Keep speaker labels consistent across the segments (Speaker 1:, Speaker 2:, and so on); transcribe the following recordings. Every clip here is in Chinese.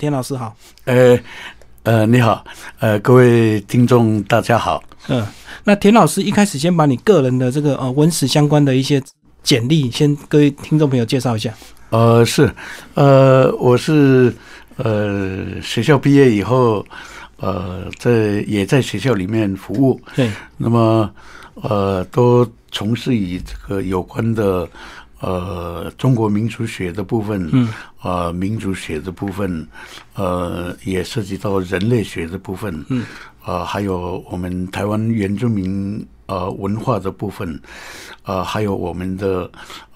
Speaker 1: 田老师好，
Speaker 2: 呃，呃，你好，呃，各位听众大家好。
Speaker 1: 嗯，那田老师一开始先把你个人的这个呃文史相关的一些简历，先各位听众朋友介绍一下。
Speaker 2: 呃，是，呃，我是呃学校毕业以后，呃，在也在学校里面服务，
Speaker 1: 对，
Speaker 2: 那么呃，都从事以这个有关的呃中国民族学的部分，
Speaker 1: 嗯，
Speaker 2: 呃，民族学的部分，呃，也涉及到人类学的部分，
Speaker 1: 嗯，
Speaker 2: 呃，还有我们台湾原住民呃文化的部分，呃，还有我们的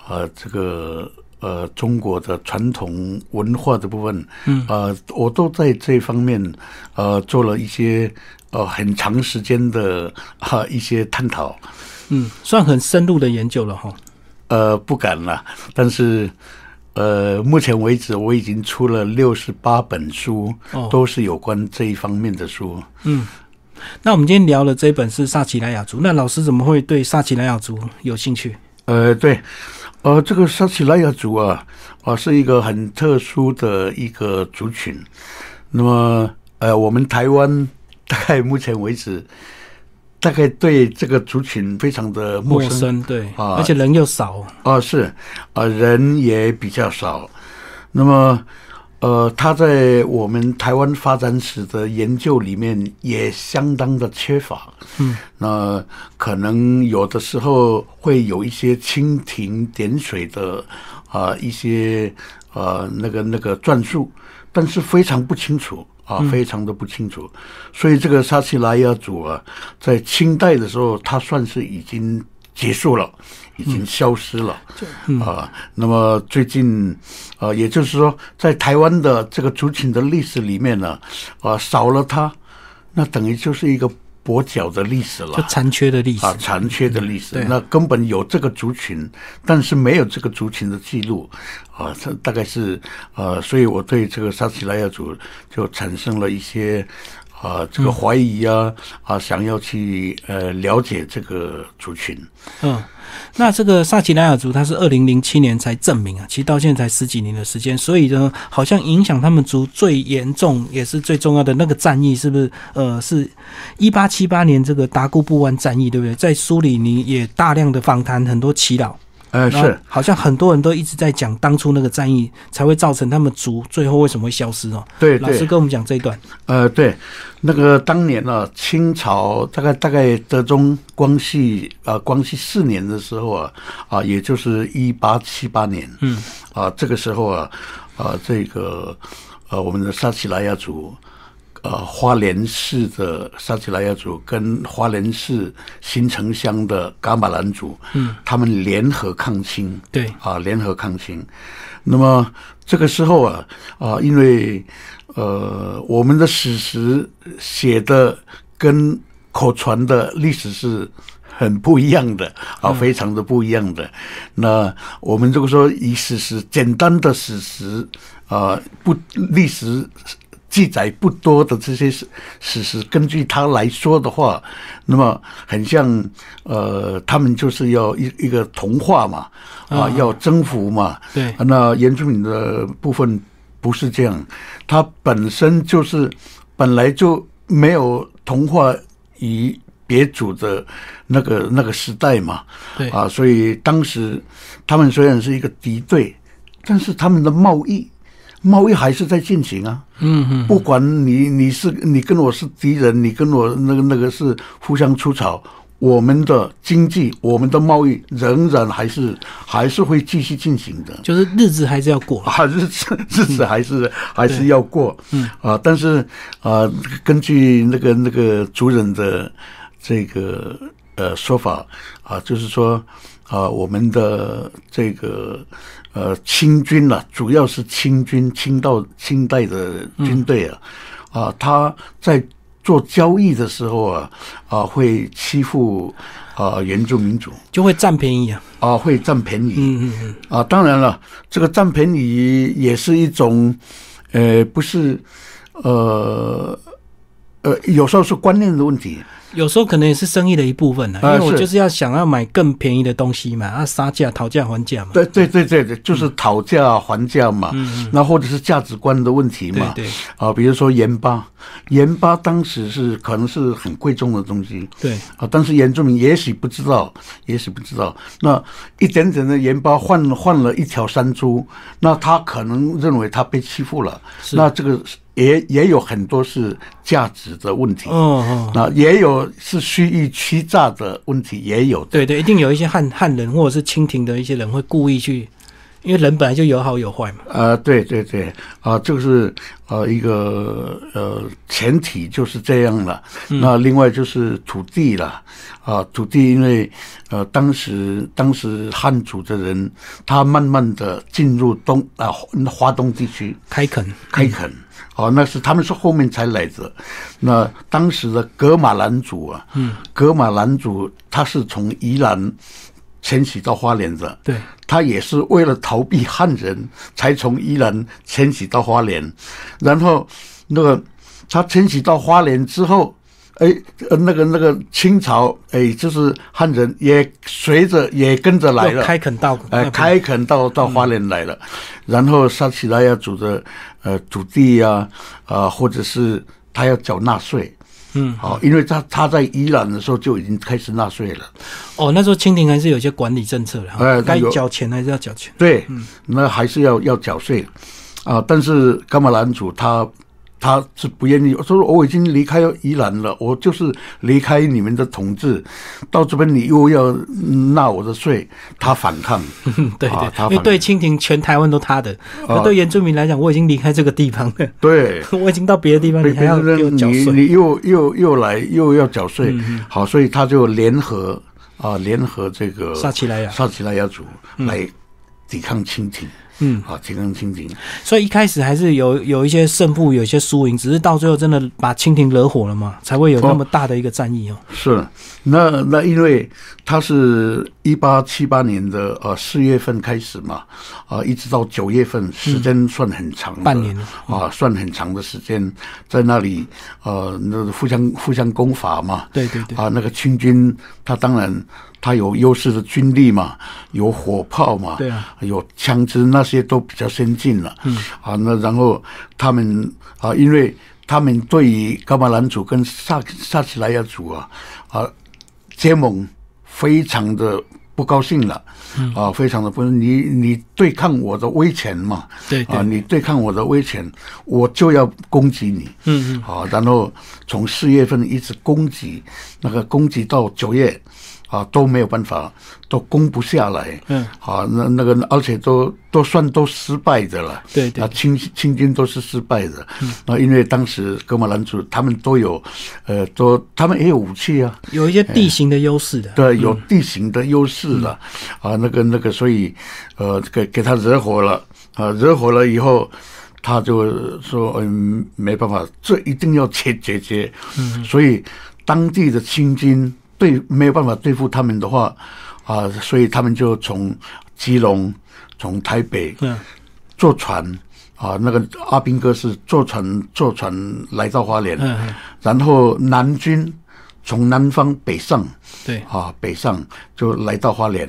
Speaker 2: 呃这个。呃，中国的传统文化的部分，
Speaker 1: 嗯
Speaker 2: 呃，我都在这方面，呃，做了一些呃很长时间的 哈、一些探讨，
Speaker 1: 嗯，算很深入的研究了哈。
Speaker 2: 呃，不敢了，但是。呃，目前为止我已经出了六十八本书，
Speaker 1: 哦
Speaker 2: 都是有关这一方面的书。
Speaker 1: 嗯，那我们今天聊的这一本是萨奇莱雅族，那老师怎么会对萨奇莱雅族有兴趣？
Speaker 2: 呃，对，呃，这个撒奇莱雅族啊，啊、是一个很特殊的一个族群。那么，呃，我们台湾大概目前为止，大概对这个族群非常的陌
Speaker 1: 陌
Speaker 2: 生。
Speaker 1: 生，对，
Speaker 2: 啊
Speaker 1: 而且人又少，
Speaker 2: 啊，是啊、人也比较少。那么，呃，他在我们台湾发展史的研究里面也相当的缺乏。
Speaker 1: 嗯，
Speaker 2: 那可能有的时候会有一些蜻蜓点水的啊、一些呃那个那个转述，但是非常不清楚。啊，非常的不清楚，所以这个撒奇莱雅族啊，在清代的时候，它算是已经结束了，已经消失了。啊，那么最近，啊，也就是说，在台湾的这个族群的历史里面呢，啊，少了它，那等于就是一个跛脚的历史
Speaker 1: 就
Speaker 2: 了。
Speaker 1: 残缺的历史
Speaker 2: 啊，。残缺的历史
Speaker 1: 对，
Speaker 2: 那根本有这个族群，但是没有这个族群的记录，啊，这大概是，呃，所以我对这个撒奇莱雅族就产生了一些，啊、这个怀疑啊，啊，想要去呃了解这个族群。
Speaker 1: 嗯，那这个萨奇莱雅族，它是二零零七年才证明啊，其实到现在才十几年的时间，所以呢，好像影响他们族最严重也是最重要的那个战役，是不是？呃，是一八七八年这个达固布湾战役，对不对？在书里你也大量的访谈很多祈祷，
Speaker 2: 呃，
Speaker 1: 然后
Speaker 2: 是，
Speaker 1: 好像很多人都一直在讲当初那个战役才会造成他们族最后为什么会消失哦。
Speaker 2: 对
Speaker 1: 老
Speaker 2: 对
Speaker 1: 师。跟我们讲这一段，
Speaker 2: 呃，对，那个当年呢、啊，清朝大概大概德宗光绪啊、呃光绪四年的时候啊，啊，也就是一八七八年，
Speaker 1: 嗯，
Speaker 2: 啊，这个时候啊，啊，这个呃，我们的撒奇莱雅族，呃，花莲市的撒奇莱雅族跟花莲市新城乡的噶玛兰族，嗯，他们联合抗清，
Speaker 1: 对，
Speaker 2: 啊，联合抗清。那么这个时候啊，啊，因为呃，我们的史实写的跟口传的历史是很不一样的啊，非常的不一样的。那我们这个说以史实简单的史实啊，不历史。记载不多的这些史史实，根据他来说的话，那么很像呃，他们就是要一一个同化嘛，啊，要征服嘛。
Speaker 1: 对
Speaker 2: 啊那原住民的部分不是这样，它本身就是本来就没有同化于别族的那个那个时代嘛。
Speaker 1: 对
Speaker 2: 啊，所以当时他们虽然是一个敌对，但是他们的贸易贸易还是在进行啊。
Speaker 1: 嗯嗯，
Speaker 2: 不管你你是你跟我是敌人，你跟我那个那个是互相出草，我们的经济、我们的贸易仍然还是还是会继续进行的。
Speaker 1: 就是日子还是要过，
Speaker 2: 啊，日子 日子还是、还是要过，嗯啊，但是啊，根据那个那个族人的这个呃说法啊，就是说啊，我们的这个呃清军呐、主要是清军清到清代的军队啊，啊，他在做交易的时候啊啊会欺负啊原住民族
Speaker 1: 就会占便宜啊。
Speaker 2: 啊会占便宜，
Speaker 1: 嗯嗯嗯，
Speaker 2: 啊，当然了，这个占便宜也是一种，呃，不是，呃，呃，有时候是观念的问题
Speaker 1: 有时候可能也是生意的一部分呢，因
Speaker 2: 啊
Speaker 1: 为我
Speaker 2: 是
Speaker 1: 就是要想要买更便宜的东西嘛，啊，杀价、讨价还价嘛。
Speaker 2: 对对对对对，
Speaker 1: 嗯
Speaker 2: 就是讨价还价嘛，那或者是价值观的问题嘛，
Speaker 1: 对对
Speaker 2: 啊，比如说盐巴，盐巴当时是可能是很贵重的东西，
Speaker 1: 对，
Speaker 2: 啊，但是原住民也许不知道，也许不知道，那一点点的盐巴换换了一条山猪，那他可能认为他被欺负了，
Speaker 1: 是
Speaker 2: 那这个也也有很多是价值的问题，
Speaker 1: 哦哦，
Speaker 2: 那也有是蓄意欺诈的问题，也有的。
Speaker 1: 对对，一定有一些汉汉人或者是清廷的一些人会故意去，因为人本来就有好有坏嘛。
Speaker 2: 啊，对对对，啊、这个是呃一个呃前提就是这样了。那另外就是土地了，啊、土地因为呃当时当时汉族的人，他慢慢的进入东啊、华东地区
Speaker 1: 开垦，
Speaker 2: 开垦，哦，那是他们是后面才来的。那当时的格马兰族啊，嗯，格马兰族他是从宜兰迁徙到花莲的，
Speaker 1: 对，
Speaker 2: 他也是为了逃避汉人，才从宜兰迁徙到花莲，然后那个他迁徙到花莲之后，哎，呃那个那个清朝，哎，就是汉人也随着也跟着来
Speaker 1: 又
Speaker 2: 了。
Speaker 1: 哦开垦到
Speaker 2: 哎，开垦到到花莲来了，然后撒奇拉要主的呃土地呀、啊，呃或者是他要缴纳税，
Speaker 1: 嗯，
Speaker 2: 好、因为他他在伊朗的时候就已经开始纳税了，
Speaker 1: 哦，那时候清廷还是有一些管理政策的哈，
Speaker 2: 哎
Speaker 1: 该
Speaker 2: 有
Speaker 1: 缴钱还是要缴钱。
Speaker 2: 对，那还是要要缴税啊。但是伽马兰主他他是不愿意，说我已经离开宜兰了，我就是离开你们的统治，到这边你又要纳我的税，他反 抗。
Speaker 1: 对
Speaker 2: 啊他
Speaker 1: 对，因为
Speaker 2: 反哦
Speaker 1: 对清廷全台湾都他的，那对原住民来讲，我已经离开这个地方了，
Speaker 2: 对，
Speaker 1: 我已经到别的地方，你还要给我
Speaker 2: 你
Speaker 1: 缴税。嗯
Speaker 2: 你又又又来又要缴税，好，所以他就联合啊，联合这个
Speaker 1: 撒奇莱雅嗯
Speaker 2: 撒奇莱雅族来抵抗清廷，嗯，啊，抵抗清廷，
Speaker 1: 所以一开始还是有有一些胜负，有一些输赢，只是到最后真的把清廷惹火了嘛，才会有那么大的一个战役哦。
Speaker 2: 是，那那因为他是一八七八年的呃四月份开始嘛，啊、一直到九月份，时间算很长的、
Speaker 1: 半年了
Speaker 2: 啊，算很长的时间，在那里呃那互相互相攻伐嘛，
Speaker 1: 对对对，
Speaker 2: 啊，那个清军他当然他有优势的军力嘛，有火炮嘛，
Speaker 1: 对啊，
Speaker 2: 有枪支那些都比较先进了，嗯，啊，那然后他们啊，因为他们对于伽马兰族跟萨萨奇莱亚族啊啊结盟非常的。不高兴了，
Speaker 1: 嗯
Speaker 2: 啊，非常的不，你你对抗我的威权嘛，
Speaker 1: 对对
Speaker 2: 啊，你对抗我的威权，我就要攻击你，嗯嗯，好，然后从四月份一直攻击，那个攻击到九月，啊都没有办法，都攻不下来，
Speaker 1: 嗯，
Speaker 2: 好，那那个而且都都算都失败的了，
Speaker 1: 对对嗯
Speaker 2: 啊，清清军都是失败的，那、因为当时格马兰族他们都有，呃，都他们也有武器啊，
Speaker 1: 有一些地形的优势的。
Speaker 2: 对，有地形的优势了，
Speaker 1: 嗯
Speaker 2: 啊，那个那个，所以，呃，给给他惹火了，啊，惹火了以后，他就说，嗯，没办法，这一定要解解决，嗯，所以当地的清军对没有办法对付他们的话，啊，所以他们就从基隆，从台北，
Speaker 1: 嗯，
Speaker 2: 坐船啊，那个阿兵哥是坐船坐船来到花莲，
Speaker 1: 嗯嗯
Speaker 2: 然后南军从南方北上
Speaker 1: 对，
Speaker 2: 啊，北上就来到花莲，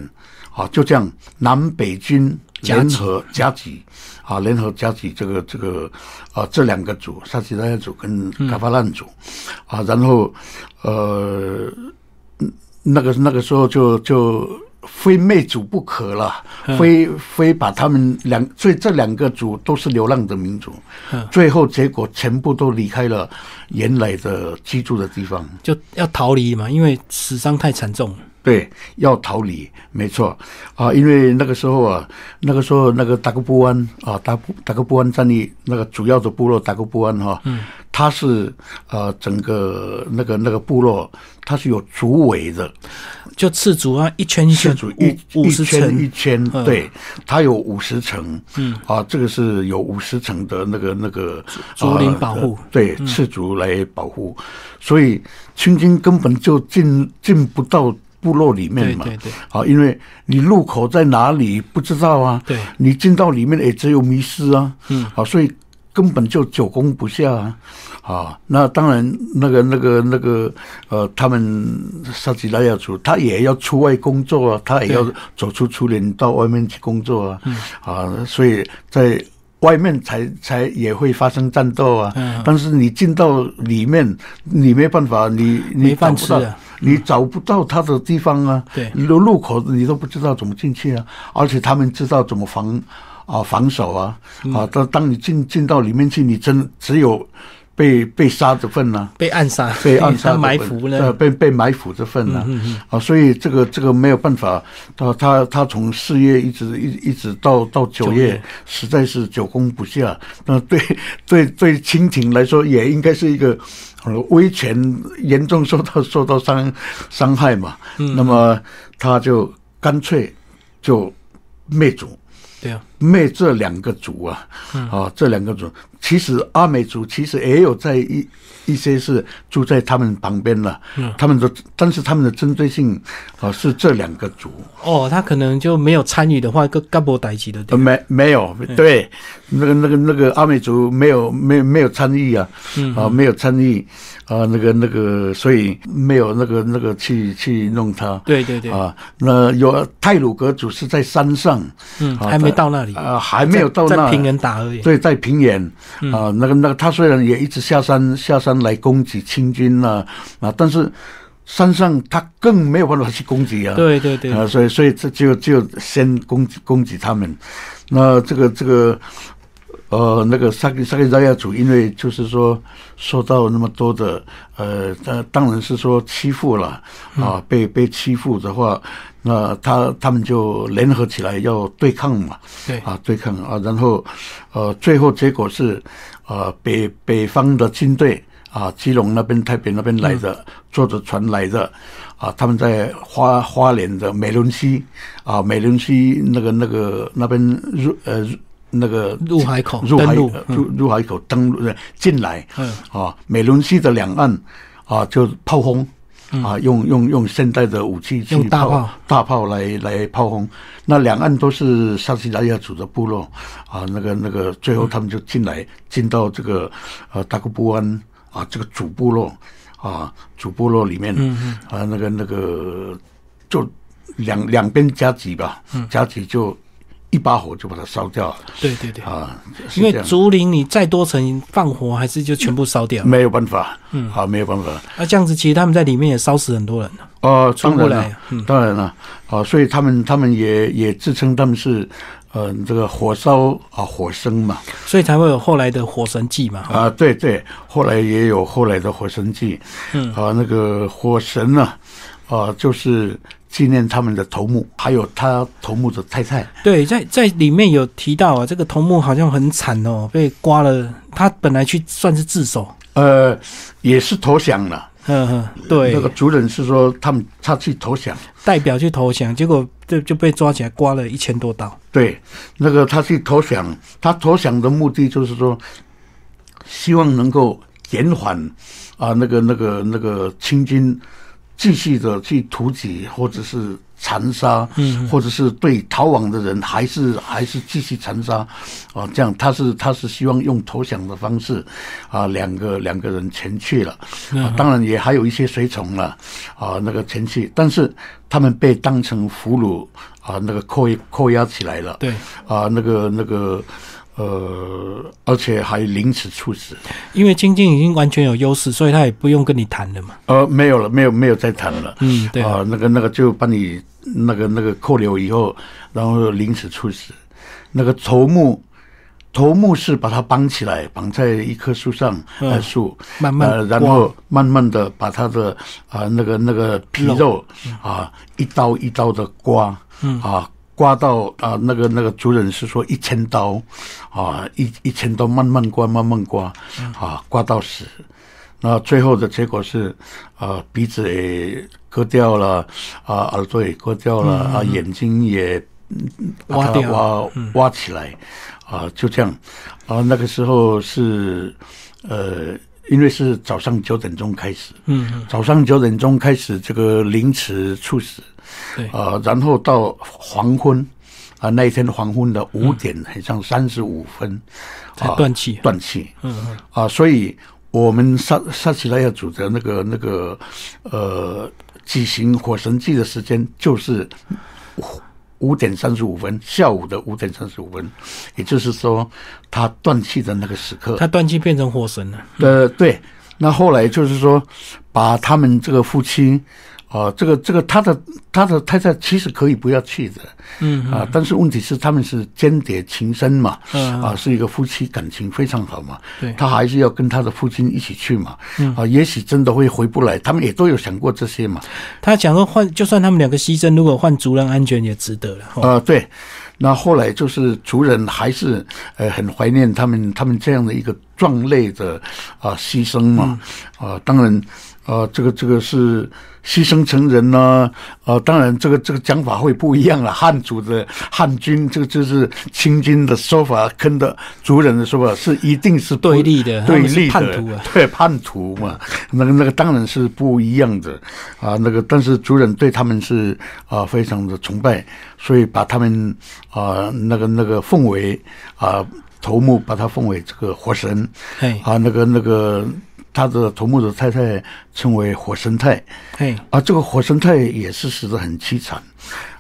Speaker 2: 啊，就这样南北军联合夹击啊，联合夹击这个这个啊这两个组，萨奇拉亚组跟卡巴兰组、啊，然后呃那个那个时候就就非灭族不可了，非非把他们两所以这两个族都是流浪的民族，最后结果全部都离开了原来的居住的地方，
Speaker 1: 就要逃离嘛，因为死伤太惨重了。
Speaker 2: 对，要逃离，没错啊，因为那个时候啊，那个时候那个达格布湾啊，达布达格布湾战役那个主要的部落达格布湾哈、嗯，它是呃整个那个那个部落它是有族尾的，
Speaker 1: 就赤足啊，一圈一
Speaker 2: 建
Speaker 1: 圈
Speaker 2: 筑一
Speaker 1: 五五十
Speaker 2: 一圈一
Speaker 1: 层，嗯
Speaker 2: 圈，对，它有五十层，嗯，啊，这个是有五十层的那个那个
Speaker 1: 竹林
Speaker 2: 啊
Speaker 1: 保护嗯
Speaker 2: 呃对，赤足来保护，所以清军根本就进进不到部落里面嘛，
Speaker 1: 对对对
Speaker 2: 啊，因为你入口在哪里不知道啊，
Speaker 1: 对
Speaker 2: 你进到里面也只有迷失啊，嗯，啊，所以。根本就久攻不下啊！啊，那当然，那个、那个、那个，呃，他们萨吉拉亚族，他也要出外工作啊，他也要走出苏联到外面去工作
Speaker 1: 嗯
Speaker 2: 啊，啊，所以在外面才才也会发生战斗啊。
Speaker 1: 嗯
Speaker 2: 但是你进到里面，你没办法，你你
Speaker 1: 没
Speaker 2: 找
Speaker 1: 饭
Speaker 2: 不到
Speaker 1: 吃啊
Speaker 2: 你找不到他的地方啊，
Speaker 1: 对
Speaker 2: 路路口你都不知道怎么进去啊，而且他们知道怎么防啊防守啊，啊，当当你进进到里面去，你真只有被被杀的份啊呐、
Speaker 1: 被暗杀，
Speaker 2: 被 暗杀
Speaker 1: 啊他
Speaker 2: 的份
Speaker 1: 埋伏嗯
Speaker 2: 呃
Speaker 1: 了，
Speaker 2: 被被埋伏这份呢、啊，所以这个这个没有办法，他他他从四月一直一一直到到九
Speaker 1: 九
Speaker 2: 月
Speaker 1: 月，
Speaker 2: 实在是久攻不下。那对 对对清廷来说，也应该是一个呃威权严重受到受到伤伤害嘛。
Speaker 1: 嗯
Speaker 2: 那么他就干脆就灭族。
Speaker 1: 对啊，
Speaker 2: 灭这两个族啊，
Speaker 1: 嗯
Speaker 2: 啊，这两个族，其实阿美族其实也有在一一些是住在他们旁边了，
Speaker 1: 嗯
Speaker 2: 他们的，但是他们的针对性啊是这两个族，
Speaker 1: 哦，他可能就没有参与的话，个干部逮起的，
Speaker 2: 呃
Speaker 1: 对吧，
Speaker 2: 没没有
Speaker 1: 嗯
Speaker 2: 对，那个那个那个阿美族没有没有没有参与啊，
Speaker 1: 嗯
Speaker 2: 啊没有参与啊那个那个，所以没有那个那个去去弄他，
Speaker 1: 对对对，
Speaker 2: 啊，那有泰鲁格族是在山上，
Speaker 1: 嗯，
Speaker 2: 啊
Speaker 1: 还没到那里，
Speaker 2: 啊还没有到
Speaker 1: 在
Speaker 2: 那
Speaker 1: 在。平原打而已，
Speaker 2: 对，在平原
Speaker 1: 嗯
Speaker 2: 啊、那个那个，他虽然也一直下山下山来攻击清军呐啊但是山上他更没有办法去攻击啊。
Speaker 1: 对对对
Speaker 2: 啊、，所以所以这就就先攻击攻击他们。那这个这个呃，那个萨克萨克扎亚族，因为就是说受到那么多的呃，当当然是说欺负了啊、
Speaker 1: 嗯
Speaker 2: 被被欺负的话，那他他们就联合起来要对抗嘛。
Speaker 1: 对，
Speaker 2: 啊，对抗啊，然后呃，最后结果是呃，北北方的军队啊，基隆那边、台北那边来的，
Speaker 1: 嗯
Speaker 2: 坐着船来的啊，他们在花花莲的美伦西啊，美伦西那个那个那边入呃入那个
Speaker 1: 入海口
Speaker 2: 入海
Speaker 1: 登陆
Speaker 2: 呃
Speaker 1: 嗯
Speaker 2: 入入海口登陆呃进来，
Speaker 1: 嗯
Speaker 2: 啊，美伦西的两岸啊，就炮轰。啊，用用用现代的武器去
Speaker 1: 嗯用大炮
Speaker 2: 大炮来来炮轰，那两岸都是沙西拉亚族的部落啊，那个那个，最后他们就进来，进到这个呃达古布湾啊这个主部落啊主部落里面，
Speaker 1: 嗯
Speaker 2: 啊那个那个就两两边夹击吧，
Speaker 1: 嗯
Speaker 2: 夹击就一把火就把它烧掉了
Speaker 1: 对对对，
Speaker 2: 啊，是
Speaker 1: 因为
Speaker 2: 这样
Speaker 1: 竹林你再多层放火，还是就全部烧掉。
Speaker 2: 没有办法，
Speaker 1: 嗯
Speaker 2: 啊没有办法，
Speaker 1: 那这样子，其实他们在里面也烧死很多人啊了。
Speaker 2: 哦，
Speaker 1: 出
Speaker 2: 当
Speaker 1: 不
Speaker 2: 然
Speaker 1: 来嗯
Speaker 2: 了，当然了，啊，所以他们他们也也自称他们是，呃，这个火烧啊火生嘛，
Speaker 1: 所以才会有后来的火神祭嘛。
Speaker 2: 啊，对对，后来也有后来的火神祭，嗯，啊，那个火神呢、啊，就是纪念他们的头目，还有他头目的太太，
Speaker 1: 对，在在里面有提到啊，这个头目好像很惨哦，被刮了。他本来去算是自首，
Speaker 2: 呃，也是投降了。
Speaker 1: 嗯哼，对
Speaker 2: 那，个族人是说他们他去投降，
Speaker 1: 代表去投降，结果就就被抓起来，刮了一千多刀。
Speaker 2: 对，那个他去投降，他投降的目的就是说，希望能够减缓啊那个那个那个清军继续的去突击或者是残杀，嗯，或者是对逃亡的人还是还是继续残杀，啊，这样他是他是希望用投降的方式，啊，两个两个人前去了，啊，当然也还有一些随从了，啊，那个前去，但是他们被当成俘虏啊，那个扣扣押起来了，
Speaker 1: 对，
Speaker 2: 啊，那个那个。呃，而且还凌迟处死，
Speaker 1: 因为金靖已经完全有优势，所以他也不用跟你谈了嘛。
Speaker 2: 呃，没有了，没有没有再谈了。
Speaker 1: 嗯对
Speaker 2: 啊、那个那个就把你那个那个扣留以后，然后临时处死。那个头目，头目是把它绑起来，绑在一棵树上，呃，树
Speaker 1: 嗯慢慢
Speaker 2: 呃，然
Speaker 1: 刮
Speaker 2: 后慢慢的把它的啊、那个那个皮肉啊、一刀一刀的刮，嗯啊。刮到啊、那个那个族人是说一千刀，啊，一一千刀慢慢刮，慢慢刮，
Speaker 1: 嗯
Speaker 2: 啊，刮到死。那最后的结果是，啊，鼻子也割掉了，啊，耳朵也割掉了，
Speaker 1: 嗯
Speaker 2: 啊，眼睛也嗯把
Speaker 1: 挖
Speaker 2: 它
Speaker 1: 掉嗯
Speaker 2: 挖挖起来，啊，就这样，啊，那个时候是，呃，因为是早上九点钟开始，
Speaker 1: 嗯，
Speaker 2: 早上九点钟开始这个凌迟处死，
Speaker 1: 对，
Speaker 2: 啊，然后到黄昏，啊，那一天黄昏的五点，好像三十五分，
Speaker 1: 嗯才
Speaker 2: 啊
Speaker 1: 断气。
Speaker 2: 断气
Speaker 1: 嗯嗯
Speaker 2: 啊，所以我们萨萨奇莱亚组的那个那个呃举行火神祭的时间就是五点三十五分，下午的五点三十五分，也就是说他断气的那个时刻。
Speaker 1: 他断气变成火神了。
Speaker 2: 呃，对，那后来就是说，把他们这个夫妻，啊、这个这个他的他的太太其实可以不要去的，
Speaker 1: 嗯
Speaker 2: 啊、但是问题是他们是间谍情深嘛，啊、
Speaker 1: 嗯
Speaker 2: 是一个夫妻感情非常好嘛，
Speaker 1: 对嗯
Speaker 2: 他还是要跟他的父亲一起去嘛，啊、也许真的会回不来，他们也都有想过这些嘛，
Speaker 1: 他讲说换，就算他们两个牺牲，如果换族人安全也值得了。哦，
Speaker 2: 啊、对，那后来就是族人还是呃很怀念他们他们这样的一个壮烈的啊、牺牲嘛，啊、当然啊、这个这个是牺牲成人呢、啊，当然这个这个讲法会不一样了，汉族的汉军这个就是清军的说法，跟的族人的说法是一定是不
Speaker 1: 对立的他
Speaker 2: 对
Speaker 1: 们是
Speaker 2: 立的
Speaker 1: 叛徒啊
Speaker 2: 对叛徒嘛，那个那个当然是不一样的啊。那个但是族人对他们是啊非常的崇拜，所以把他们啊那个那个奉为啊头目，把他奉为这个火神
Speaker 1: 嘿，
Speaker 2: 啊。那个那个他的头目的太太称为火神太
Speaker 1: 嘿，
Speaker 2: 啊，这个火神太也是死得很凄惨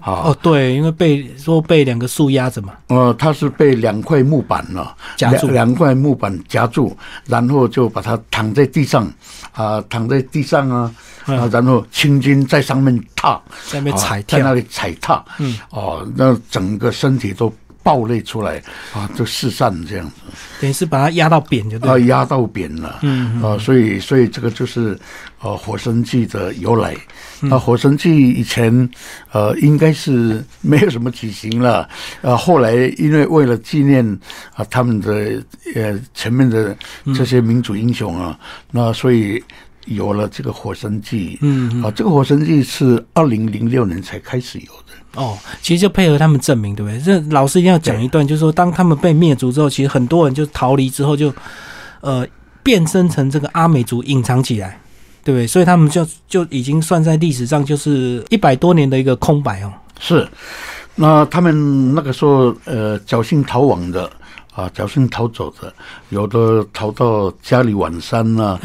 Speaker 2: 啊。
Speaker 1: 哦，对，因为被说被两个树压着嘛。
Speaker 2: 呃，他是被两块木板呢、
Speaker 1: 夹住
Speaker 2: 两两块木板夹住，然后就把他躺在地上，啊、躺在地上啊，啊、然后青筋在上面踏，
Speaker 1: 在那边
Speaker 2: 啊
Speaker 1: 嗯踩
Speaker 2: 在
Speaker 1: 跳
Speaker 2: 那里踩踏，嗯，哦、那整个身体都爆裂出来，啊，就四散这样子，
Speaker 1: 等于是把他压到扁就对
Speaker 2: 啊，
Speaker 1: 了。
Speaker 2: 压到扁了，嗯，啊、所以所以这个就是，呃，火神记的由来。那火神记以前，呃，应该是没有什么举行了，呃，后来因为为了纪念啊、他们的呃前面的这些民主英雄啊，那所以有了这个火神记，嗯，啊、这个火神记是二零零六年才开始有的。
Speaker 1: 哦，其实就配合他们证明，对不对？这老师一定要讲一段，就是说，当他们被灭族之后，其实很多人就逃离之后就，呃，变身成这个阿美族隐藏起来，对不对？所以他们就就已经算在历史上就是一百多年的一个空白哦。
Speaker 2: 是，那他们那个时候呃侥幸逃亡的啊，侥幸逃走的，有的逃到加里晚山呐、啊，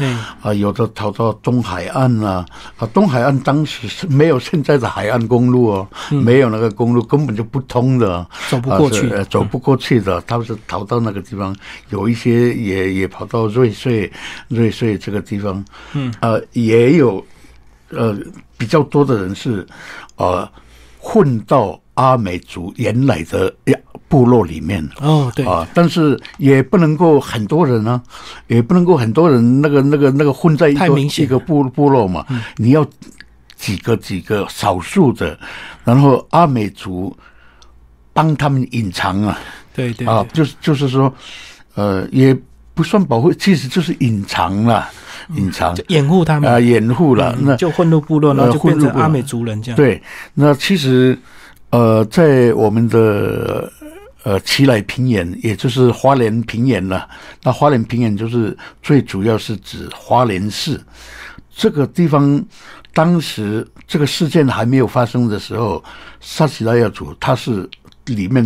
Speaker 1: 嗯
Speaker 2: 有的逃到东海岸呐、啊，东海岸当时是没有现在的海岸公路哦，没有那个公路根本就不通的啊，
Speaker 1: 走不过去
Speaker 2: 啊是呃走不过去的，他们是逃到那个地方，有一些也也跑到瑞穗，瑞穗这个地方，嗯，呃，也有呃比较多的人是呃混到阿美族原来的呀部落里面。
Speaker 1: 哦，对，
Speaker 2: 啊，但是也不能够很多人啊，也不能够很多人那个那个那个混在一
Speaker 1: 太
Speaker 2: 个
Speaker 1: 明显嗯
Speaker 2: 一个部部落嘛，你要几个几个少数的，然后阿美族帮他们隐藏啊，
Speaker 1: 对对
Speaker 2: 啊
Speaker 1: 对，，
Speaker 2: 就是就是说，呃，也不算保护，其实就是隐藏了，隐藏
Speaker 1: 嗯就掩护他们
Speaker 2: 啊，，掩护了
Speaker 1: 嗯
Speaker 2: 那。
Speaker 1: 就混入部落，然后
Speaker 2: 呃
Speaker 1: 就变
Speaker 2: 混
Speaker 1: 成
Speaker 2: 入部落
Speaker 1: 阿美族人这样。，
Speaker 2: 对，那其实呃，在我们的呃奇莱平原，也就是花莲平原了、那花莲平原就是最主要是指花莲市这个地方。当时这个事件还没有发生的时候，撒奇拉亚族它是里面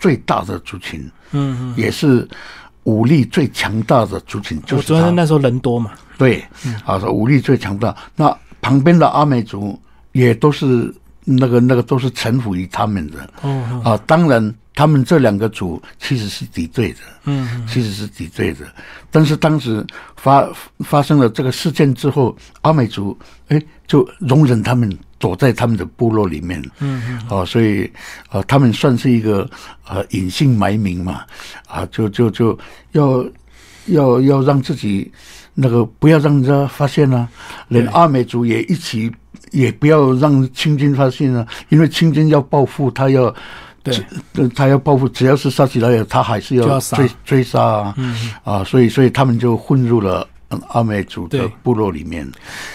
Speaker 2: 最大的族群，
Speaker 1: 嗯嗯，
Speaker 2: 也是武力最强大的族群，就
Speaker 1: 我
Speaker 2: 是
Speaker 1: 主要
Speaker 2: 它
Speaker 1: 是。那时候人多嘛。
Speaker 2: 对，
Speaker 1: 嗯
Speaker 2: 啊，说武力最强大。那旁边的阿美族也都是那个那个都是臣服于他们的
Speaker 1: 哦哦，
Speaker 2: 啊。当然，他们这两个族其实是敌对的，
Speaker 1: 嗯，
Speaker 2: 其实是敌对的。但是当时发发生了这个事件之后，阿美族哎就容忍他们躲在他们的部落里面，嗯嗯，哦，所以呃，他们算是一个呃隐姓埋名嘛，啊，就就就要要要让自己那个不要让人家发现啊，连阿美族也一起也不要让清军发现啊，因为清军要报复，他要。
Speaker 1: 对
Speaker 2: 只，呃他要报复，只要是杀起来了，他还是
Speaker 1: 就
Speaker 2: 要
Speaker 1: 要杀嗯
Speaker 2: 追追杀啊，啊，所以所以他们就混入了嗯阿美族的
Speaker 1: 对
Speaker 2: 部落里面。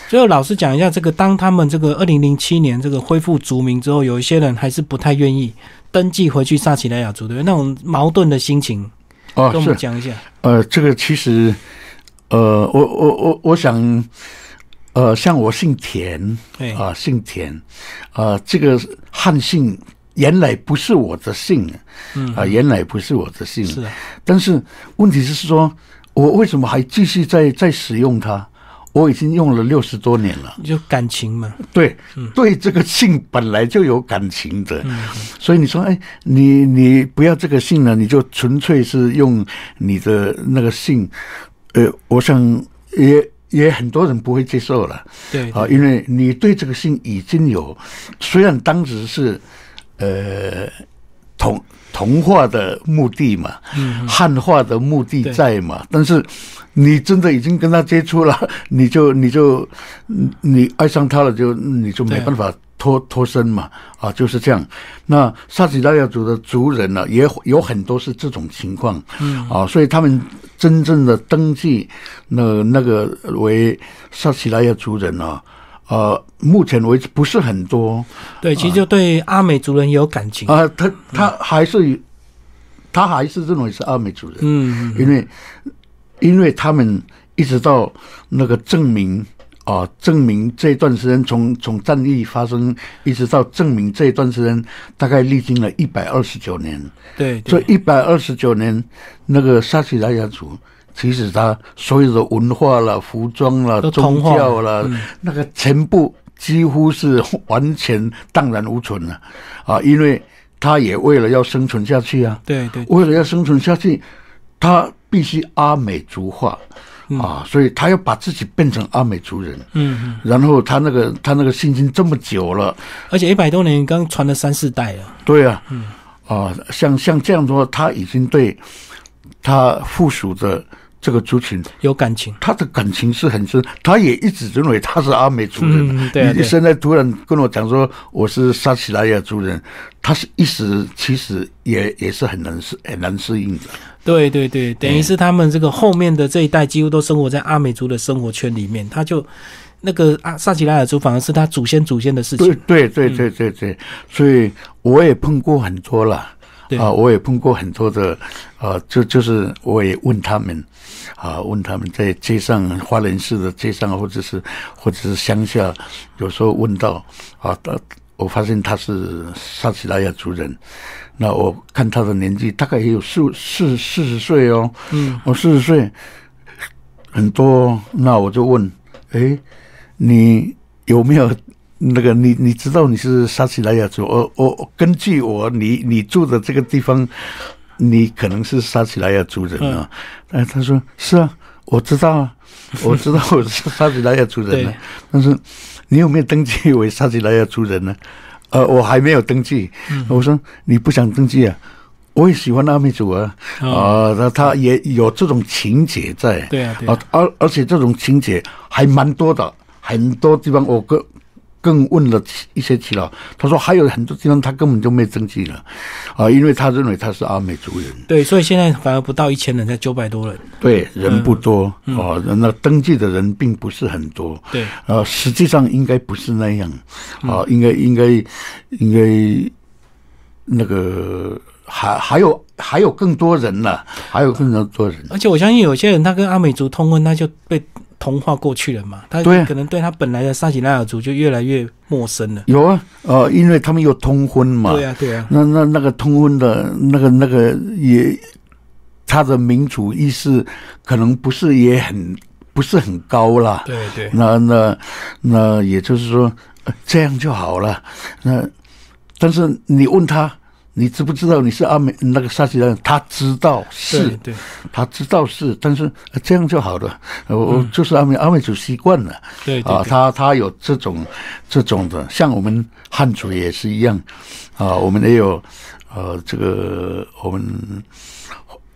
Speaker 1: 最后，老师讲一下这个，当他们这个二零零七年这个恢复族名之后，有一些人还是不太愿意登记回去撒奇莱雅族，对不对？那种矛盾的心情，
Speaker 2: 哦
Speaker 1: 跟，我们
Speaker 2: 是
Speaker 1: 讲一下。
Speaker 2: 呃，这个其实，呃，我我我我想，呃，像我姓田
Speaker 1: 对，
Speaker 2: 啊、姓田，啊、这个汉姓原来不是我的姓啊、
Speaker 1: 嗯
Speaker 2: 啊，原来不是我的姓。
Speaker 1: 是啊，
Speaker 2: 但是问题是说，我为什么还继续在在使用它？我已经用了六十多年了。
Speaker 1: 就感情嘛，
Speaker 2: 对，对这个姓本来就有感情的，所以你说，哎，你你不要这个姓了，你就纯粹是用你的那个姓，呃，我想也也很多人不会接受了。
Speaker 1: 对，
Speaker 2: 啊，因为你对这个姓已经有，虽然当时是呃同同化的目的嘛，
Speaker 1: 嗯
Speaker 2: 汉化的目的
Speaker 1: 对
Speaker 2: 在嘛，但是你真的已经跟他接触了， 你就你就嗯你爱上他了就，你就没
Speaker 1: 对
Speaker 2: 办法。脱脱身嘛，啊，就是这样。那萨奇拉雅族的族人呢、也有很多是这种情况，
Speaker 1: 嗯
Speaker 2: 啊，所以他们真正的登记那那个为萨奇拉雅族人啊，呃，目前为止不是很多
Speaker 1: 对，其实就对阿美族人也有感情，
Speaker 2: 啊，他他还是他还是认为是阿美族人，
Speaker 1: 嗯，
Speaker 2: 因为因为他们一直到那个证明。啊，证明这段时间从从战役发生一直到证明这段时间，大概历经了一百二十九年。
Speaker 1: 对
Speaker 2: 这
Speaker 1: 对，
Speaker 2: 一百二十九年，那个沙奇拉雅族，其实他所有的文化了、服装了
Speaker 1: 都、同
Speaker 2: 宗
Speaker 1: 化嗯
Speaker 2: 教了，那个全部几乎是完全荡然无存了啊！因为他也为了要生存下去啊，
Speaker 1: 对对，
Speaker 2: 为了要生存下去，他必须阿美族化啊，所以他要把自己变成阿美族人。
Speaker 1: 嗯嗯，嗯
Speaker 2: 然后他那个他那个信心这么久了，
Speaker 1: 而且一百多年刚传了三四代了，
Speaker 2: 对啊，
Speaker 1: 嗯
Speaker 2: 啊、像像这样的话，他已经对他附属的这个族群，
Speaker 1: 有感情，
Speaker 2: 他的感情是很深，他也一直认为他是阿美族人。
Speaker 1: 嗯对啊
Speaker 2: 你
Speaker 1: 对
Speaker 2: 你
Speaker 1: 啊
Speaker 2: 现在突然跟我讲说我是撒奇拉雅族人，他是一时其实也也是很难适很难适应的。
Speaker 1: 对对对，等于是他们这个后面的这一代几乎都生活在阿美族的生活圈里面，他就那个阿萨奇拉雅族反而是他祖先祖先的事
Speaker 2: 对
Speaker 1: 情，嗯
Speaker 2: 对对对对对，所以我也碰过很多了。
Speaker 1: 对
Speaker 2: 啊，我也碰过很多的，啊，就就是我也问他们，啊，问他们在街上花莲市的街上，啊或者是或者是乡下，有时候问到，啊，他我发现他是撒奇拉雅族人，那我看他的年纪大概也有四四四十岁哦，
Speaker 1: 嗯，
Speaker 2: 我四十岁，很多，那我就问，诶，你有没有那个你你知道你是撒奇莱雅族？我我我根据我你你住的这个地方，你可能是撒奇莱雅族人啊。哎，他说是啊，我知道啊，我知道我是撒奇莱雅族人啊
Speaker 1: 对。
Speaker 2: 但是你有没有登记为撒奇莱雅族人呢？呃，我还没有登记。我说你不想登记啊？我也喜欢阿美族啊，啊、那他也有这种情节在。
Speaker 1: 对啊对
Speaker 2: 啊
Speaker 1: 啊，，
Speaker 2: 而而且这种情节还蛮多的，很多地方我更更问了一些耆老，他说还有很多地方他根本就没登记了，啊，因为他认为他是阿美族人，
Speaker 1: 对，所以现在反而不到一千人，才九百多人，
Speaker 2: 对，人不多、哦，那登记的人并不是很多，
Speaker 1: 嗯对，嗯
Speaker 2: 呃，实际上应该不是那样，啊、应该应该应该那个还还有还有更多人呢、还有更多人。
Speaker 1: 而且我相信有些人他跟阿美族通婚，他就被同化过去了嘛，他
Speaker 2: 对啊
Speaker 1: 可能对他本来的撒奇拉雅族就越来越陌生了。
Speaker 2: 有啊，呃，因为他们有通婚嘛，
Speaker 1: 对啊，对啊，
Speaker 2: 那那那个通婚的那个那个也，他的民主意识可能不是也很不是很高啦。
Speaker 1: 对啊对
Speaker 2: 那那那也就是说呃这样就好了。那但是你问他，你知不知道你是阿美那个撒奇人？他知道
Speaker 1: 对
Speaker 2: 是，
Speaker 1: 对，
Speaker 2: 他知道是，但是呃这样就好了。呃
Speaker 1: 嗯
Speaker 2: 我、我就是阿美阿美族习惯了。
Speaker 1: 对对，
Speaker 2: 啊
Speaker 1: 对，
Speaker 2: 他他有这种这种的，像我们汉族也是一样，啊，我们也有，呃，这个我们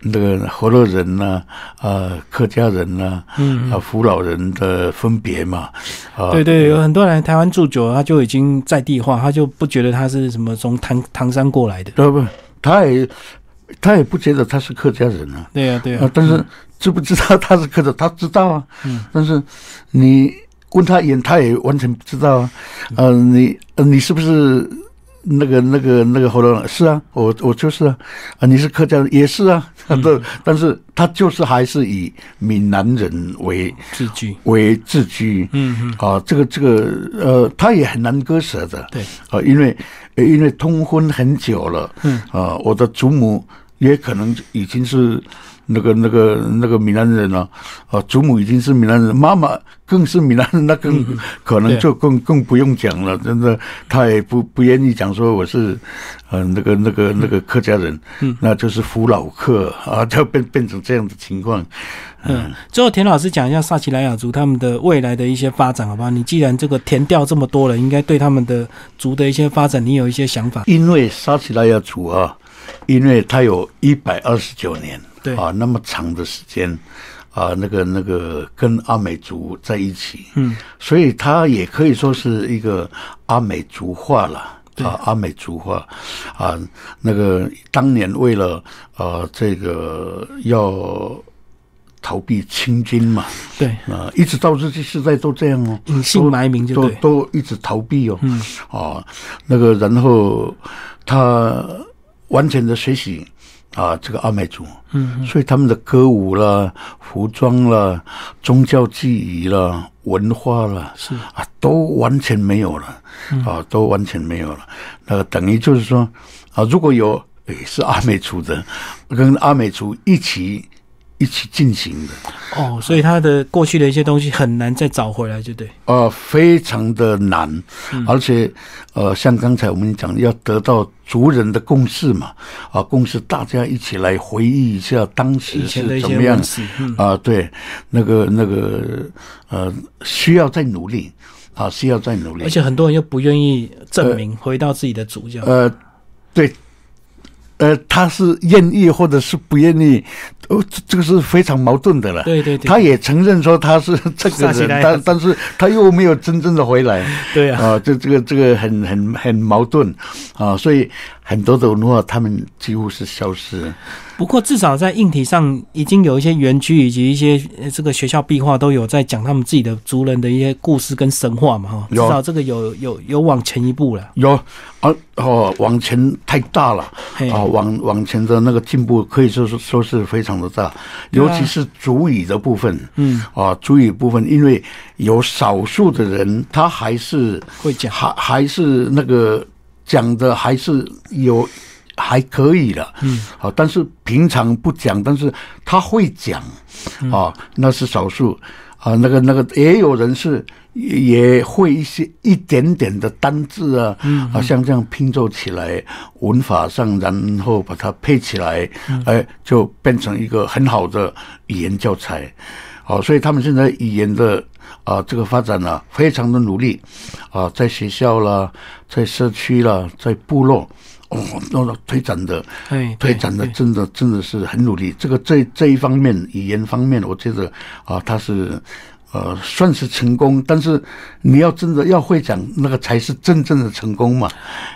Speaker 2: 那个河洛人呐、呃，客家人呐、
Speaker 1: 嗯，
Speaker 2: 啊，福佬人的分别嘛，啊，
Speaker 1: 对对，有很多人来台湾住久了，他就已经在地化，他就不觉得他是什么从唐唐山过来的。
Speaker 2: 对呃不？他也他也不觉得他是客家人啊，
Speaker 1: 对啊，对
Speaker 2: 啊
Speaker 1: 啊，，
Speaker 2: 但是知不知道他是客家？他知道啊，但是你问他演，他也完全不知道啊。呃，你呃你是不是那个那个那个喉咙？是啊，我我就是啊。啊，你是客家人也是啊， 但、但是他就是还是以闽南人为
Speaker 1: 自居。
Speaker 2: 为自居。
Speaker 1: 嗯嗯，
Speaker 2: 啊，这个这个呃，他也很难割舍的。
Speaker 1: 对
Speaker 2: 啊，因为呃因为通婚很久了，
Speaker 1: 嗯
Speaker 2: 啊，我的祖母也可能已经是那个那个那个闽南人了，啊，祖母已经是闽南人，妈妈更是闽南人，那更可能
Speaker 1: 嗯对
Speaker 2: 就更更不用讲了，真的，他也不不愿意讲说我是，呃，那个那个那个客家人，
Speaker 1: 嗯
Speaker 2: 那就是扶老客啊，就变变成这样的情况，
Speaker 1: 嗯，最后田老师讲一下萨奇莱雅族他们的未来的一些发展，好不好？你既然这个填掉这么多了，应该对他们的族的一些发展，你有一些想法。
Speaker 2: 因为撒奇莱雅族啊，因为它有一百二十九年，
Speaker 1: 对
Speaker 2: 啊，那么长的时间，啊，那个那个跟阿美族在一起，
Speaker 1: 嗯，
Speaker 2: 所以它也可以说是一个阿美族化了。啊，阿美族化，啊，那个当年为了呃这个要逃避清军嘛，
Speaker 1: 对，
Speaker 2: 啊、一直到日据时代都这样哦，
Speaker 1: 隐姓
Speaker 2: 都
Speaker 1: 埋名就
Speaker 2: 都
Speaker 1: 对
Speaker 2: 都一直逃避哦，嗯，哦，那个然后他完全的学习啊，这个阿美族，嗯，所以他们的歌舞啦、服装啦、宗教记忆啦、文化啦，
Speaker 1: 是嗯
Speaker 2: 啊，都完全没有了，啊，都完全没有了，那等于就是说啊，如果有诶是阿美族的，跟阿美族一起一起进行的。
Speaker 1: 哦，所以他的过去的一些东西很难再找回来，就对。
Speaker 2: 呃，非常的难，
Speaker 1: 嗯
Speaker 2: 而且呃，像刚才我们讲，要得到族人的共识嘛，啊，共识大家一起来回忆一下当时
Speaker 1: 以前的
Speaker 2: 是
Speaker 1: 一
Speaker 2: 怎
Speaker 1: 些
Speaker 2: 么样
Speaker 1: 文史，嗯，
Speaker 2: 啊，对，那个那个呃，需要再努力啊，需要再努力
Speaker 1: 而，且很多人又不愿意证明回到自己的族这样。
Speaker 2: 呃，对，呃，他是愿意或者是不愿意，哦，这这个是非常矛盾的了。
Speaker 1: 对对对，
Speaker 2: 他也承认说 他是这个
Speaker 1: 撒起
Speaker 2: 人，
Speaker 1: 来
Speaker 2: 但但是他又没有真正的回来。
Speaker 1: 对啊，
Speaker 2: 啊，这这个这个很很很矛盾啊，所以很多的文化他们几乎是消失。
Speaker 1: 不过至少在硬体上已经有一些园区以及一些呃这个学校壁画都有在讲他们自己的族人的一些故事跟神话嘛哈，至
Speaker 2: 有
Speaker 1: 少这个有有有往前一步了。
Speaker 2: 有啊哦，往前太大了
Speaker 1: 嘿
Speaker 2: 啊，往往前的那个进步可以说是说是非常的大，
Speaker 1: 对啊
Speaker 2: 尤其是主语的部分，
Speaker 1: 嗯，
Speaker 2: 啊，主语部分，因为有少数的人他还是
Speaker 1: 会讲
Speaker 2: 还还是那个讲的还是有还可以了，嗯，好、但是平常不讲，但是他会讲，啊，那是少数，啊，那个那个也有人是也也会一些一点点的单字啊，嗯，啊，像这样拼凑起来，文法上，然后把它配起来，哎，就变成一个很好的语言教材，好、所以他们现在语言的啊、这个发展呢、非常的努力，啊、在学校啦，在社区啦，在部落，哦，那个推展的
Speaker 1: 哎，
Speaker 2: 推
Speaker 1: 对
Speaker 2: 展的
Speaker 1: 对
Speaker 2: 真的真的是很努力。这个这这一方面语言方面，我觉得啊，他是。呃，算是成功，但是你要真的要会讲，那个才是真正的成功嘛。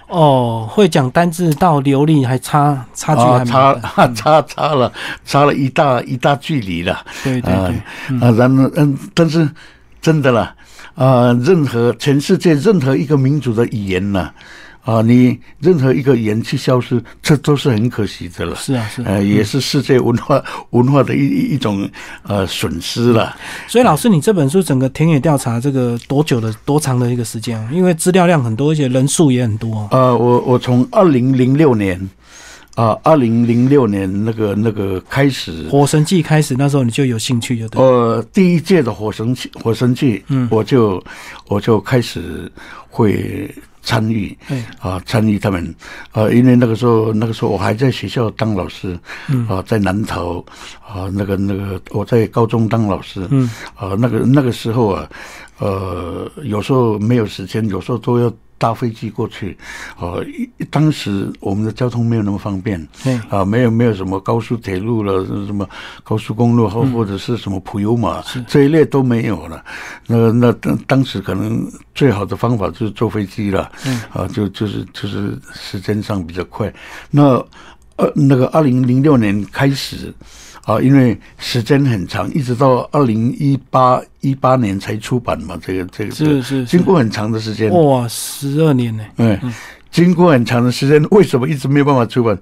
Speaker 1: 哦，会讲单字到流利还差差距
Speaker 2: 啊，
Speaker 1: 还蛮大。
Speaker 2: 差 差差了，差了一大一大距离了。
Speaker 1: 对对对，
Speaker 2: 啊，啊，然后嗯，但是真的啦，啊，任何全世界任何一个民族的语言呢、啊，你任何一个语言去消失，这都是很可惜的了。
Speaker 1: 是啊是啊嗯
Speaker 2: 呃，也是世界文化文化的一一一种呃损失了。
Speaker 1: 所以老师，你这本书整个田野调查这个多久的多长的一个时间啊？因为资料量很多，而且人数也很多哦。
Speaker 2: 呃，我我从二零零六年啊，二零零六年那个那个开始，
Speaker 1: 火神祭开始那时候你就有兴趣，就 对了。
Speaker 2: 呃，第一届的火神祭，火神祭，嗯，我就我就开始会参与，
Speaker 1: 哎
Speaker 2: 啊，参与他们，啊，因为那个时候，那个时候我还在学校当老师，嗯，啊，在南投，啊，那个那个我在高中当老师，嗯，啊，那个那个时候啊，呃，有时候没有时间，有时候都要。搭飞机过去，呃，一当时我们的交通没有那么方便，
Speaker 1: 对
Speaker 2: 啊，没有没有什么高速铁路了，什么高速公路
Speaker 1: 嗯
Speaker 2: 或或者是什么普悠玛、这一类都没有了。那那当当时可能最好的方法就是坐飞机了，
Speaker 1: 嗯
Speaker 2: 啊，就就是就是时间上比较快。那呃那个二零零六年开始。啊，因为时间很长，一直到二零一八一八年才出版嘛，这个这个
Speaker 1: 是
Speaker 2: 这个
Speaker 1: 是是
Speaker 2: 经过很长的时间，
Speaker 1: 哇，十二年呢、
Speaker 2: 哎，经过很长的时间，为什么一直没有办法出版？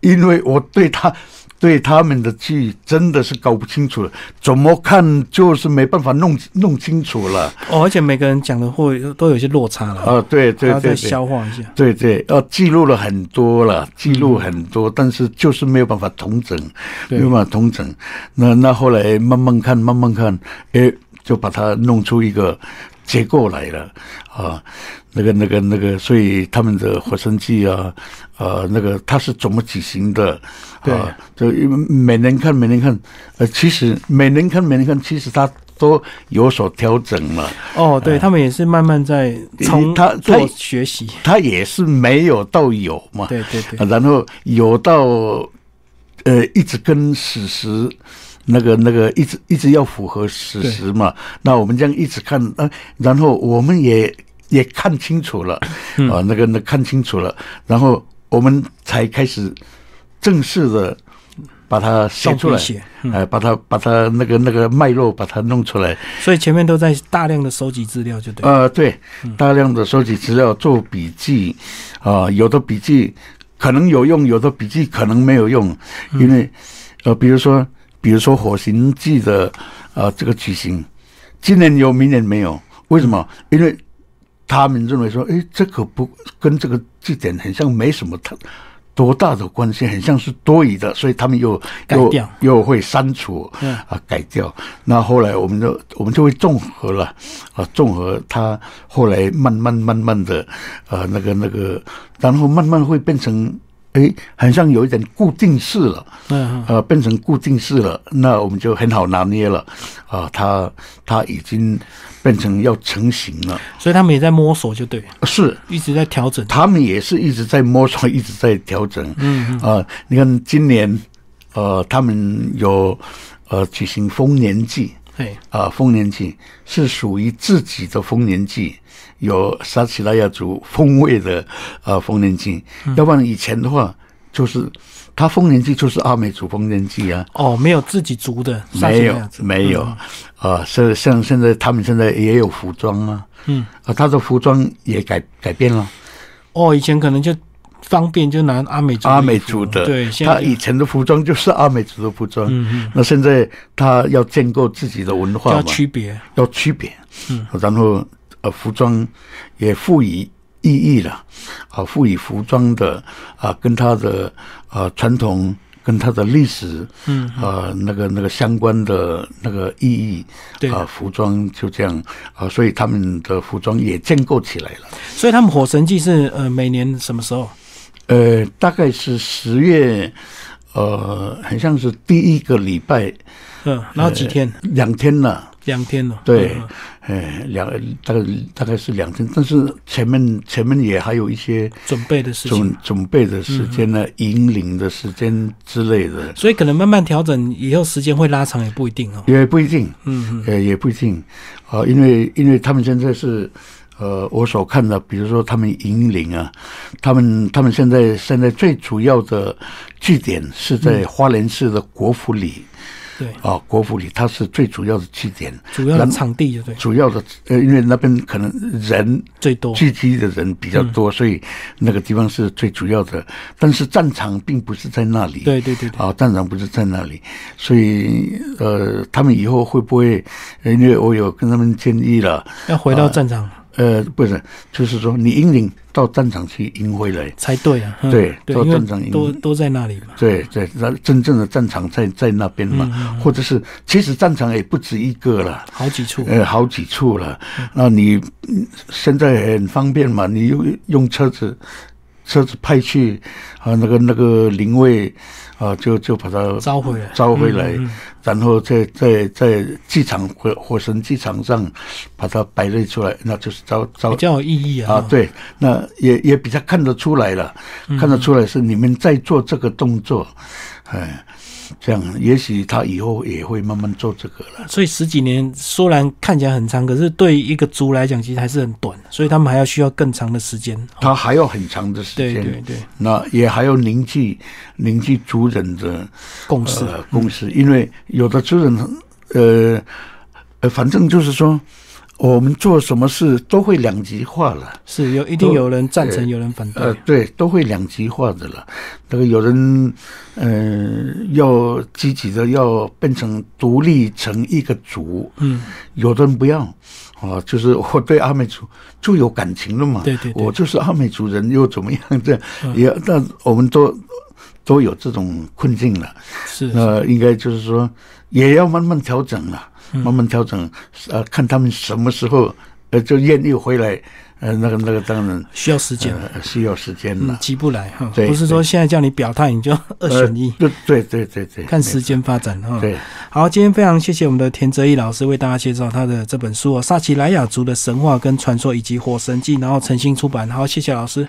Speaker 2: 因为我对他，对他们的记忆真的是搞不清楚了，怎么看就是没办法弄弄清楚了。
Speaker 1: 哦，而且每个人讲的会都有一些落差了，
Speaker 2: 啊，
Speaker 1: 还
Speaker 2: 对对
Speaker 1: 要再
Speaker 2: 对对。
Speaker 1: 消化一下。
Speaker 2: 对对，呃，记录了很多了，记录很多，但是就是没有办法统整，
Speaker 1: 对
Speaker 2: 没有办法统整。那那后来慢慢看，慢慢看，哎，就把它弄出一个结构来了啊。那个那个那个，所以他们的火神记啊，呃，那个它是怎么举行的？
Speaker 1: 对
Speaker 2: 啊，就因为每年看每年看，呃，其实每年看每年看，其实它都有所调整了。
Speaker 1: 哦，对他们也是慢慢在从
Speaker 2: 他他
Speaker 1: 做学习。
Speaker 2: 它也是没有到有嘛，
Speaker 1: 对对对
Speaker 2: 啊，然后有到呃，一直跟史实那个那个一直一直要符合史实嘛。那我们这样一直看，啊，然后我们也也看清楚了，
Speaker 1: 嗯
Speaker 2: 啊，那个那看清楚了，然后我们才开始正式的把它写出
Speaker 1: 动
Speaker 2: 来
Speaker 1: 笔写，嗯
Speaker 2: 哎，把它把它那个那个脉络把它弄出来。
Speaker 1: 所以前面都在大量的收集资料，就对。
Speaker 2: 呃，对，大量的收集资料做笔记，啊、有的笔记可能有用，有的笔记可能没有用，
Speaker 1: 嗯
Speaker 2: 因为、呃，比如说，比如说《火星记》的呃这个举行，今年有，明年没有，为什么？因为他们认为说，诶，这个不跟这个祭典很像，没什么太多大的关系，很像是多余的，所以他们又
Speaker 1: 改
Speaker 2: 又
Speaker 1: 掉
Speaker 2: 又会删除，
Speaker 1: 嗯
Speaker 2: 啊，改掉。那后来我们就我们就会综合了，啊，综合它后来慢慢慢慢的，呃，那个那个，然后慢慢会变成，诶，很像有一点固定式了。
Speaker 1: 嗯，嗯
Speaker 2: 呃，变成固定式了，那我们就很好拿捏了，啊、它它已经变成要成型了，
Speaker 1: 所以他们也在摸索，就对，
Speaker 2: 是，
Speaker 1: 一直在调整。
Speaker 2: 他们也是一直在摸索，一直在调整，
Speaker 1: 嗯，
Speaker 2: 啊、你看今年，呃，他们有呃举行丰年祭，
Speaker 1: 对，
Speaker 2: 啊，丰年祭是属于自己的丰年祭，有撒奇拉雅族风味的啊丰年祭。
Speaker 1: 嗯
Speaker 2: 要不然以前的话，就是他丰年祭就是阿美族丰年祭啊，
Speaker 1: 哦，没有自己族嗯的，上次
Speaker 2: 没
Speaker 1: 那
Speaker 2: 有
Speaker 1: 样子
Speaker 2: 没有啊。是像现在他们现在也有服装啊，
Speaker 1: 嗯，
Speaker 2: 啊，他的服装也改改变了，
Speaker 1: 哦，以前可能就方便就拿阿美族的
Speaker 2: 阿美
Speaker 1: 衣服啊
Speaker 2: 族的，
Speaker 1: 对，现
Speaker 2: 他
Speaker 1: 在
Speaker 2: 以前的服装就是阿美族的服装，
Speaker 1: 嗯
Speaker 2: 那现在他要建构自己的文
Speaker 1: 就
Speaker 2: 化
Speaker 1: 要
Speaker 2: 嘛，
Speaker 1: 区别。
Speaker 2: 要区别，嗯，然后呃，服装也赋予意义了，啊，赋予服装的啊，跟它的啊传统跟它的历史，
Speaker 1: 嗯，
Speaker 2: 啊，那个那个相关的那个意义，
Speaker 1: 对
Speaker 2: 啊，服装就这样啊，所以他们的服装也建构起来了，
Speaker 1: 所以他们火神祭是呃每年什么时候？
Speaker 2: 呃，大概是十月，呃，很像是第一个礼拜
Speaker 1: 嗯，然后几天？
Speaker 2: 两天了。
Speaker 1: 两天了。
Speaker 2: 对
Speaker 1: 嗯，
Speaker 2: 哎，两大概大概是两天，但是前面前面也还有一些
Speaker 1: 准备的事情
Speaker 2: 准。准备的时间呢，引领的时间之类的，
Speaker 1: 所以可能慢慢调整以后，时间会拉长也不一定哦。
Speaker 2: 也不一定，
Speaker 1: 嗯
Speaker 2: 呃，也不一定啊，因为因为他们现在是。呃，我所看的，比如说他们引领啊，他们他们现在现在最主要的据点是在
Speaker 1: 嗯
Speaker 2: 花莲市的国府里、
Speaker 1: 对，
Speaker 2: 啊，国府里它是最主要的据点，
Speaker 1: 主要的
Speaker 2: 然
Speaker 1: 场地就对，
Speaker 2: 主要的呃，因为那边可能人
Speaker 1: 最多。嗯
Speaker 2: 聚集的人比较多，所以那个地方是最主要的。但是战场并不是在那里，
Speaker 1: 对对对对，
Speaker 2: 啊，战场不是在那里，所以呃，他们以后会不会？呃因为我有跟他们建议了，
Speaker 1: 要回到战场
Speaker 2: 呃，不是，就是说你引领到战场去迎回来。
Speaker 1: 才对啊。嗯
Speaker 2: 对
Speaker 1: 对，
Speaker 2: 到
Speaker 1: 因
Speaker 2: 战场
Speaker 1: 为
Speaker 2: 营
Speaker 1: 都都在那里嘛。
Speaker 2: 对对，那真正的战场在在那边
Speaker 1: 嗯
Speaker 2: 嘛，或者是其实战场也不止一个了。
Speaker 1: 好几处。
Speaker 2: 呃，好几处了。那你嗯现在很方便嘛？你用用车子，车子派去啊，那个那个灵位啊，就就把它
Speaker 1: 召回来
Speaker 2: 招回
Speaker 1: 嗯
Speaker 2: 来，然后在在在机场火火神机场上把它摆列出来，那就是招招
Speaker 1: 比较有意义啊。
Speaker 2: 啊，对，那也也比较看得出来了，
Speaker 1: 嗯
Speaker 2: 看得出来是你们在做这个动作，哎，这样也许他以后也会慢慢做这个了。
Speaker 1: 所以十几年虽然看起来很长，可是对一个族来讲，其实还是很短，所以他们还要需要更长的时间。
Speaker 2: 他还要很长的时
Speaker 1: 对
Speaker 2: 间，呃
Speaker 1: 对对，
Speaker 2: 那也还要凝聚凝聚族人的
Speaker 1: 共识。
Speaker 2: 呃共识，因为有的族人呃呃，反正就是说我们做什么事都会两极化了。
Speaker 1: 是有一定有人赞成，有人反
Speaker 2: 呃
Speaker 1: 对，，
Speaker 2: 对，都会两极化的了。那个有人，呃，要积极的要变成独立成一个族，
Speaker 1: 嗯，
Speaker 2: 有的人不要，啊，就是我对阿美族就有感情了嘛，
Speaker 1: 对对对嗯
Speaker 2: 我就是阿美族人又怎么样？这也，那我们都都有这种困境了。
Speaker 1: 是
Speaker 2: 那应该就是说，也要慢慢调整了，
Speaker 1: 嗯
Speaker 2: 慢慢调整，呃，看他们什么时候呃就愿意回来，呃，那个那个当然。
Speaker 1: 需要时间，
Speaker 2: 呃，需要时间
Speaker 1: 嗯
Speaker 2: 了，。
Speaker 1: 急不来哈，
Speaker 2: 对
Speaker 1: 不是说现在叫你表态你就二选一，
Speaker 2: 呃对对对对对，
Speaker 1: 看时间发展哈。
Speaker 2: 没。对，
Speaker 1: 好，今天非常谢谢我们的田哲毅老师为大家介绍他的这本书哦，《萨奇莱雅族的神话跟传说以及火神记》，然后诚心出版。好，谢谢老师。